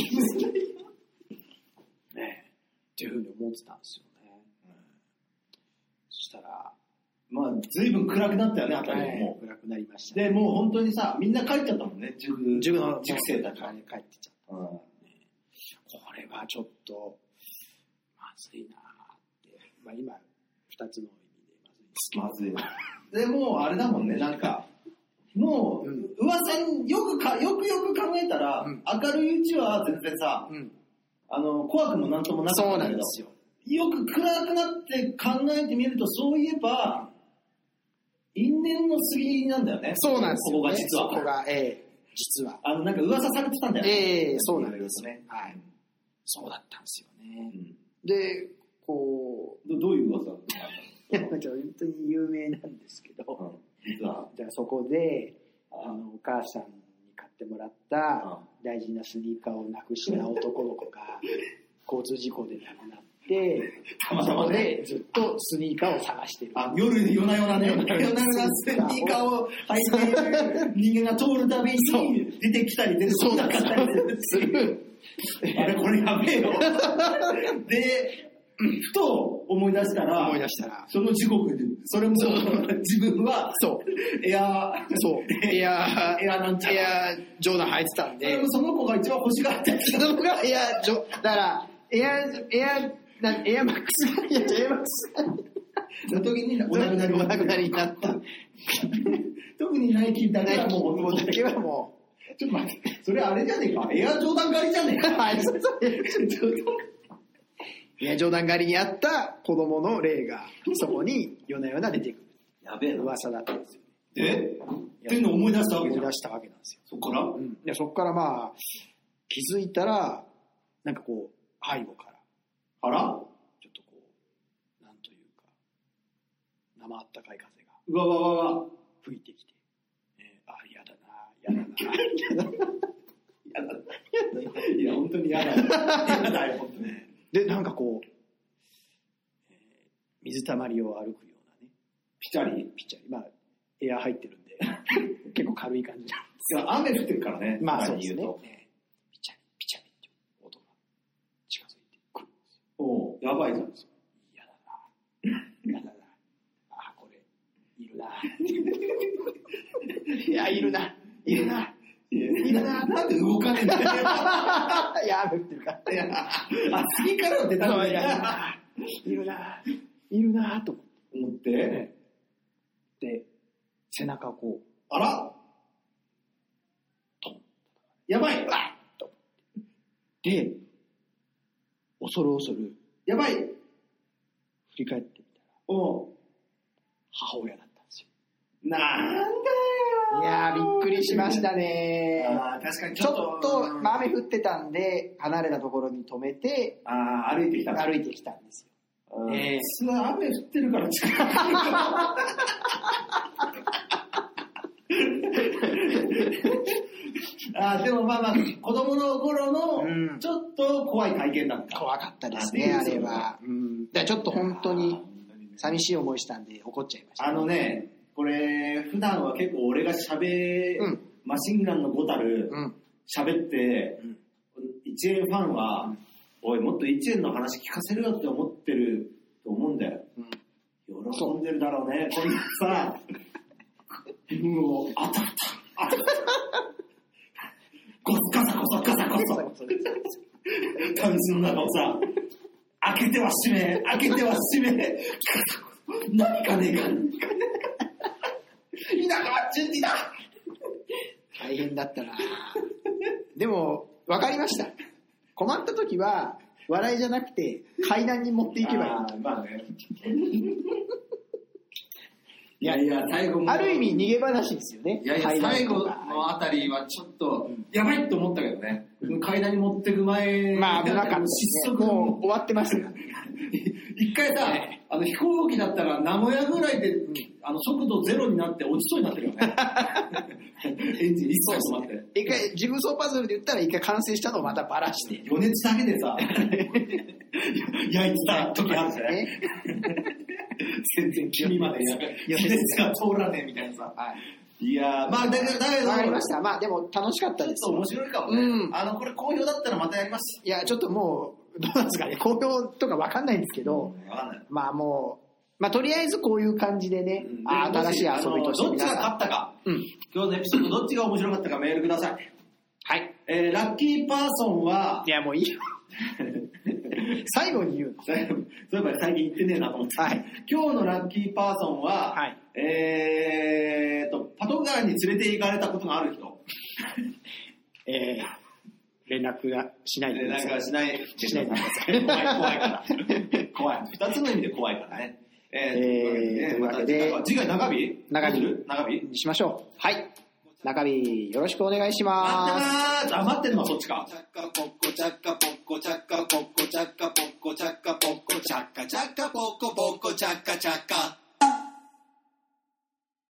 Speaker 2: ねえ、っていうふうに思ってたんですよね。そしたら、
Speaker 3: まあ、ずいぶん暗くなったよね、あたりも
Speaker 2: も
Speaker 3: も
Speaker 2: う暗くなりまし
Speaker 3: う。
Speaker 2: た。
Speaker 3: で、もう本当にさ、みんな帰っちゃったもんね、塾、
Speaker 2: 塾の
Speaker 3: 塾生たち
Speaker 2: は
Speaker 3: は。
Speaker 2: い帰ってっちゃっ
Speaker 3: うん
Speaker 2: た。これはちょっと、まずいなーって。まあ今、二つの意味でまずいですけど
Speaker 3: まずい。で、もうあれだもんね、なんか、も
Speaker 2: うん
Speaker 3: う、噂によくか、よくよく考えたら、
Speaker 2: うん
Speaker 3: 明るいうちは全然さ、
Speaker 2: うん。
Speaker 3: あの、怖くもなんともなか
Speaker 2: そ
Speaker 3: った
Speaker 2: うん
Speaker 3: だ
Speaker 2: な
Speaker 3: け
Speaker 2: ん
Speaker 3: ど
Speaker 2: で、すよ。
Speaker 3: よく暗くなって考えてみると、そういえば、因縁の杉なんだよね。
Speaker 2: そうなんですよ、
Speaker 3: ここ
Speaker 2: ね。
Speaker 3: が実は。
Speaker 2: ここが、ええ実は。
Speaker 3: あの、なんか噂されてたんだよね。
Speaker 2: ええそうなんです
Speaker 3: ね
Speaker 2: ね。。はい。そうだったんですよ
Speaker 3: う
Speaker 2: ね。
Speaker 3: ん
Speaker 2: で、こう、
Speaker 3: どどういう噂だっ
Speaker 2: い
Speaker 3: た
Speaker 2: や
Speaker 3: の
Speaker 2: 本当に有名なんですけど、
Speaker 3: うん実は、
Speaker 2: じゃあそこで、
Speaker 3: あ
Speaker 2: あの、お母さんに買ってもらった大事なスニーカーをなくした男の 子が、交通事故で亡くなって、
Speaker 3: たまたまね。
Speaker 2: でずっとスニーカーを探してる。
Speaker 3: あ、夜、夜な夜なね。
Speaker 2: 夜な夜な
Speaker 3: 夜な夜なスニーカーを履いている人間が通るたびに出てきたり出てこなかったりす
Speaker 2: す
Speaker 3: る。
Speaker 2: る。
Speaker 3: あれ、これやべえ よ。で、ふと思い出したら、
Speaker 2: 思い出したら、
Speaker 3: その時刻で、それも自分は、
Speaker 2: そう、
Speaker 3: エアー、
Speaker 2: そう、 エアー、
Speaker 3: エアーなんちゃら
Speaker 2: エアー冗談入ってたん
Speaker 3: それ
Speaker 2: で
Speaker 3: も、その子が一番欲しがってた
Speaker 2: そこがエアジョ、だから、エア、エア、なエアマックス が、いやエアマックスが、
Speaker 3: 時にお
Speaker 2: お
Speaker 3: 亡く
Speaker 2: 亡
Speaker 3: なりになった
Speaker 2: くなりになった。
Speaker 3: 特にナイキだけはもう、
Speaker 2: もうだけはも
Speaker 3: ちょっと待って、それあれじゃねえか。エアジョーダン狩りじゃねえ
Speaker 2: う、
Speaker 3: か。
Speaker 2: はい、いや、冗談狩りにあった子供の霊が、そこに夜な夜な出てく
Speaker 3: やべえ
Speaker 2: る。噂だったんですよ。
Speaker 3: えっていうのを思い出したわ
Speaker 2: 思
Speaker 3: けじ
Speaker 2: い
Speaker 3: ゃん
Speaker 2: 出。したわけなんですよ。
Speaker 3: そっから
Speaker 2: うん。で、そこからまあ、気づいたら、なんかこう、背後から、
Speaker 3: あら
Speaker 2: ちょっとこう、なんというか、生あったかい風が
Speaker 3: うわわわわ。
Speaker 2: 吹いてきて、えーあ、嫌だな、嫌だな、嫌だな。
Speaker 3: やだ。いや、本当にやだ。やだよ、本当に。
Speaker 2: で、なんかこう、えー水たまりを歩くようなね、
Speaker 3: ピチャリ。い
Speaker 2: ピッチャーに、まあ、エア入ってるんで、結構軽い感じなんで
Speaker 3: や、雨降ってるからね。
Speaker 2: す。まあ、そう
Speaker 3: 何
Speaker 2: です
Speaker 3: 言
Speaker 2: ね。え
Speaker 3: と
Speaker 2: ーピチャリ、ピチャリっていう音が近づいてくるんですよ。
Speaker 3: おうやばいじゃん。
Speaker 2: 嫌だな、嫌だな、あ、これ、いるな。いや、いるな、いるな。
Speaker 3: いやな、なんで動かねえんだよ。
Speaker 2: いや、雨降ってるから。
Speaker 3: いやあ、次から出たの
Speaker 2: い
Speaker 3: にな。
Speaker 2: やいるな、いるな、と思っ
Speaker 3: 思って、
Speaker 2: て、背中をこう、
Speaker 3: あら
Speaker 2: トン。
Speaker 3: やばい
Speaker 2: で、恐る恐る
Speaker 3: やばい
Speaker 2: 振り返ってみたら、
Speaker 3: おう
Speaker 2: 母親だったんです
Speaker 3: なんだよ
Speaker 2: よ。いやー、びっくりしましたね
Speaker 3: あー確かに
Speaker 2: ちょっと、まあ雨降ってたんで、離れたところに止めて、
Speaker 3: あー歩いてきた
Speaker 2: 歩いてきたんですよ。
Speaker 3: うん
Speaker 2: ええ
Speaker 3: すごい雨降ってる から近くにあーでもまあまあ子供の頃
Speaker 2: う
Speaker 3: の
Speaker 2: ん
Speaker 3: ちょっと怖い体験だった
Speaker 2: 怖かったですね、
Speaker 3: あ
Speaker 2: あ
Speaker 3: ね
Speaker 2: れは。うん。だからちょっと本当
Speaker 3: いやー
Speaker 2: に
Speaker 3: 本当にね
Speaker 2: 寂しい思いしたんで怒っちゃいました。
Speaker 3: あのね、ここれ、普段は結構俺が喋、
Speaker 2: うん
Speaker 3: マシンガンのゴタル
Speaker 2: うん。
Speaker 3: 喋って、
Speaker 2: うん
Speaker 3: 1円ファンは、おい、もっと1円の話聞かせるよって思ってると思うんだよ。
Speaker 2: うん
Speaker 3: 喜んでるだろうね、こんな さ、もう、あたふた、あたふた。ごそガサゴソガサゴソ。タンスの中をさ、開けては閉め、開けては閉め、何かねえか、何かねえか。田舎は順次だ
Speaker 2: 大変だったなでも、わかりました。困った時は、笑いじゃなくて、階段に持っていけばいい。
Speaker 3: あーまあね。いやいや、最後も。
Speaker 2: ある意味逃げ話ですよね。
Speaker 3: いやいや、
Speaker 2: 階段
Speaker 3: 最
Speaker 2: と
Speaker 3: 後
Speaker 2: か
Speaker 3: のあたりはちょっと、やばいと思ったけどね。階段に持ってく前、
Speaker 2: まあ危なかった、ね。
Speaker 3: 失速
Speaker 2: もう終わってましたから。
Speaker 3: 一回さ、あの飛行機だったら名古屋ぐらいで、あの速度ゼロになって落ちそうになってるよ ね。エンジン一切止まって。
Speaker 2: 一回、ジグソーパズルで言ったら一回完成したのをまたバラして。
Speaker 3: 余熱だけでさ、焼いてた時あるじゃない
Speaker 2: ね。
Speaker 3: 全然君まで焼
Speaker 2: 余
Speaker 3: 余
Speaker 2: 熱
Speaker 3: 熱が通らねえみたいなさ。
Speaker 2: はい。
Speaker 3: いやー、まあだけど、だけど、
Speaker 2: わかりました。まあでも楽しかっ
Speaker 3: ち
Speaker 2: た
Speaker 3: ょっ
Speaker 2: です
Speaker 3: と。面白いかもね。
Speaker 2: うん
Speaker 3: あの、これ好評だったらまたやります。
Speaker 2: いや、ちょっともう、どうなんですかね、好評とかわかんないんですけど、
Speaker 3: わかんない。
Speaker 2: まあもう、まあとりあえずこういう感じでね、
Speaker 3: うん
Speaker 2: あー新しい遊びとして
Speaker 3: どっち
Speaker 2: 皆
Speaker 3: が勝
Speaker 2: さ
Speaker 3: ったか、
Speaker 2: ん。うん。
Speaker 3: 今日のエピソードどっちが面白かったかメールください。
Speaker 2: はい。
Speaker 3: えー、ラッキーパーソンは、
Speaker 2: いや、もういいよ。最後に言うの。
Speaker 3: そういえば最近言ってねえなと思って。
Speaker 2: はい
Speaker 3: 今日のラッキーパーソンは、
Speaker 2: はい
Speaker 3: えーと、パトカーに連れて行かれたことがある人。
Speaker 2: えー、連絡がしないで
Speaker 3: で
Speaker 2: くだ
Speaker 3: なん
Speaker 2: さい
Speaker 3: かしない。
Speaker 2: しないでくださ
Speaker 3: 怖い、怖いから。怖い。二つの意味で怖いからね。え
Speaker 2: えー
Speaker 3: ということ
Speaker 2: という
Speaker 3: でね
Speaker 2: わ
Speaker 3: また次回中日
Speaker 2: 中
Speaker 3: どう
Speaker 2: 日
Speaker 3: する中日
Speaker 2: にしましょう。はい。中日、よろしくお願いし
Speaker 3: 待って
Speaker 2: ます。
Speaker 3: まーすあ、待ってるのはそっちか。
Speaker 1: ポッコチャッカポッコチャッカポッコチャッカポッコチャッカポッコチャッカチャッカポッコポッコチャッカチャッカ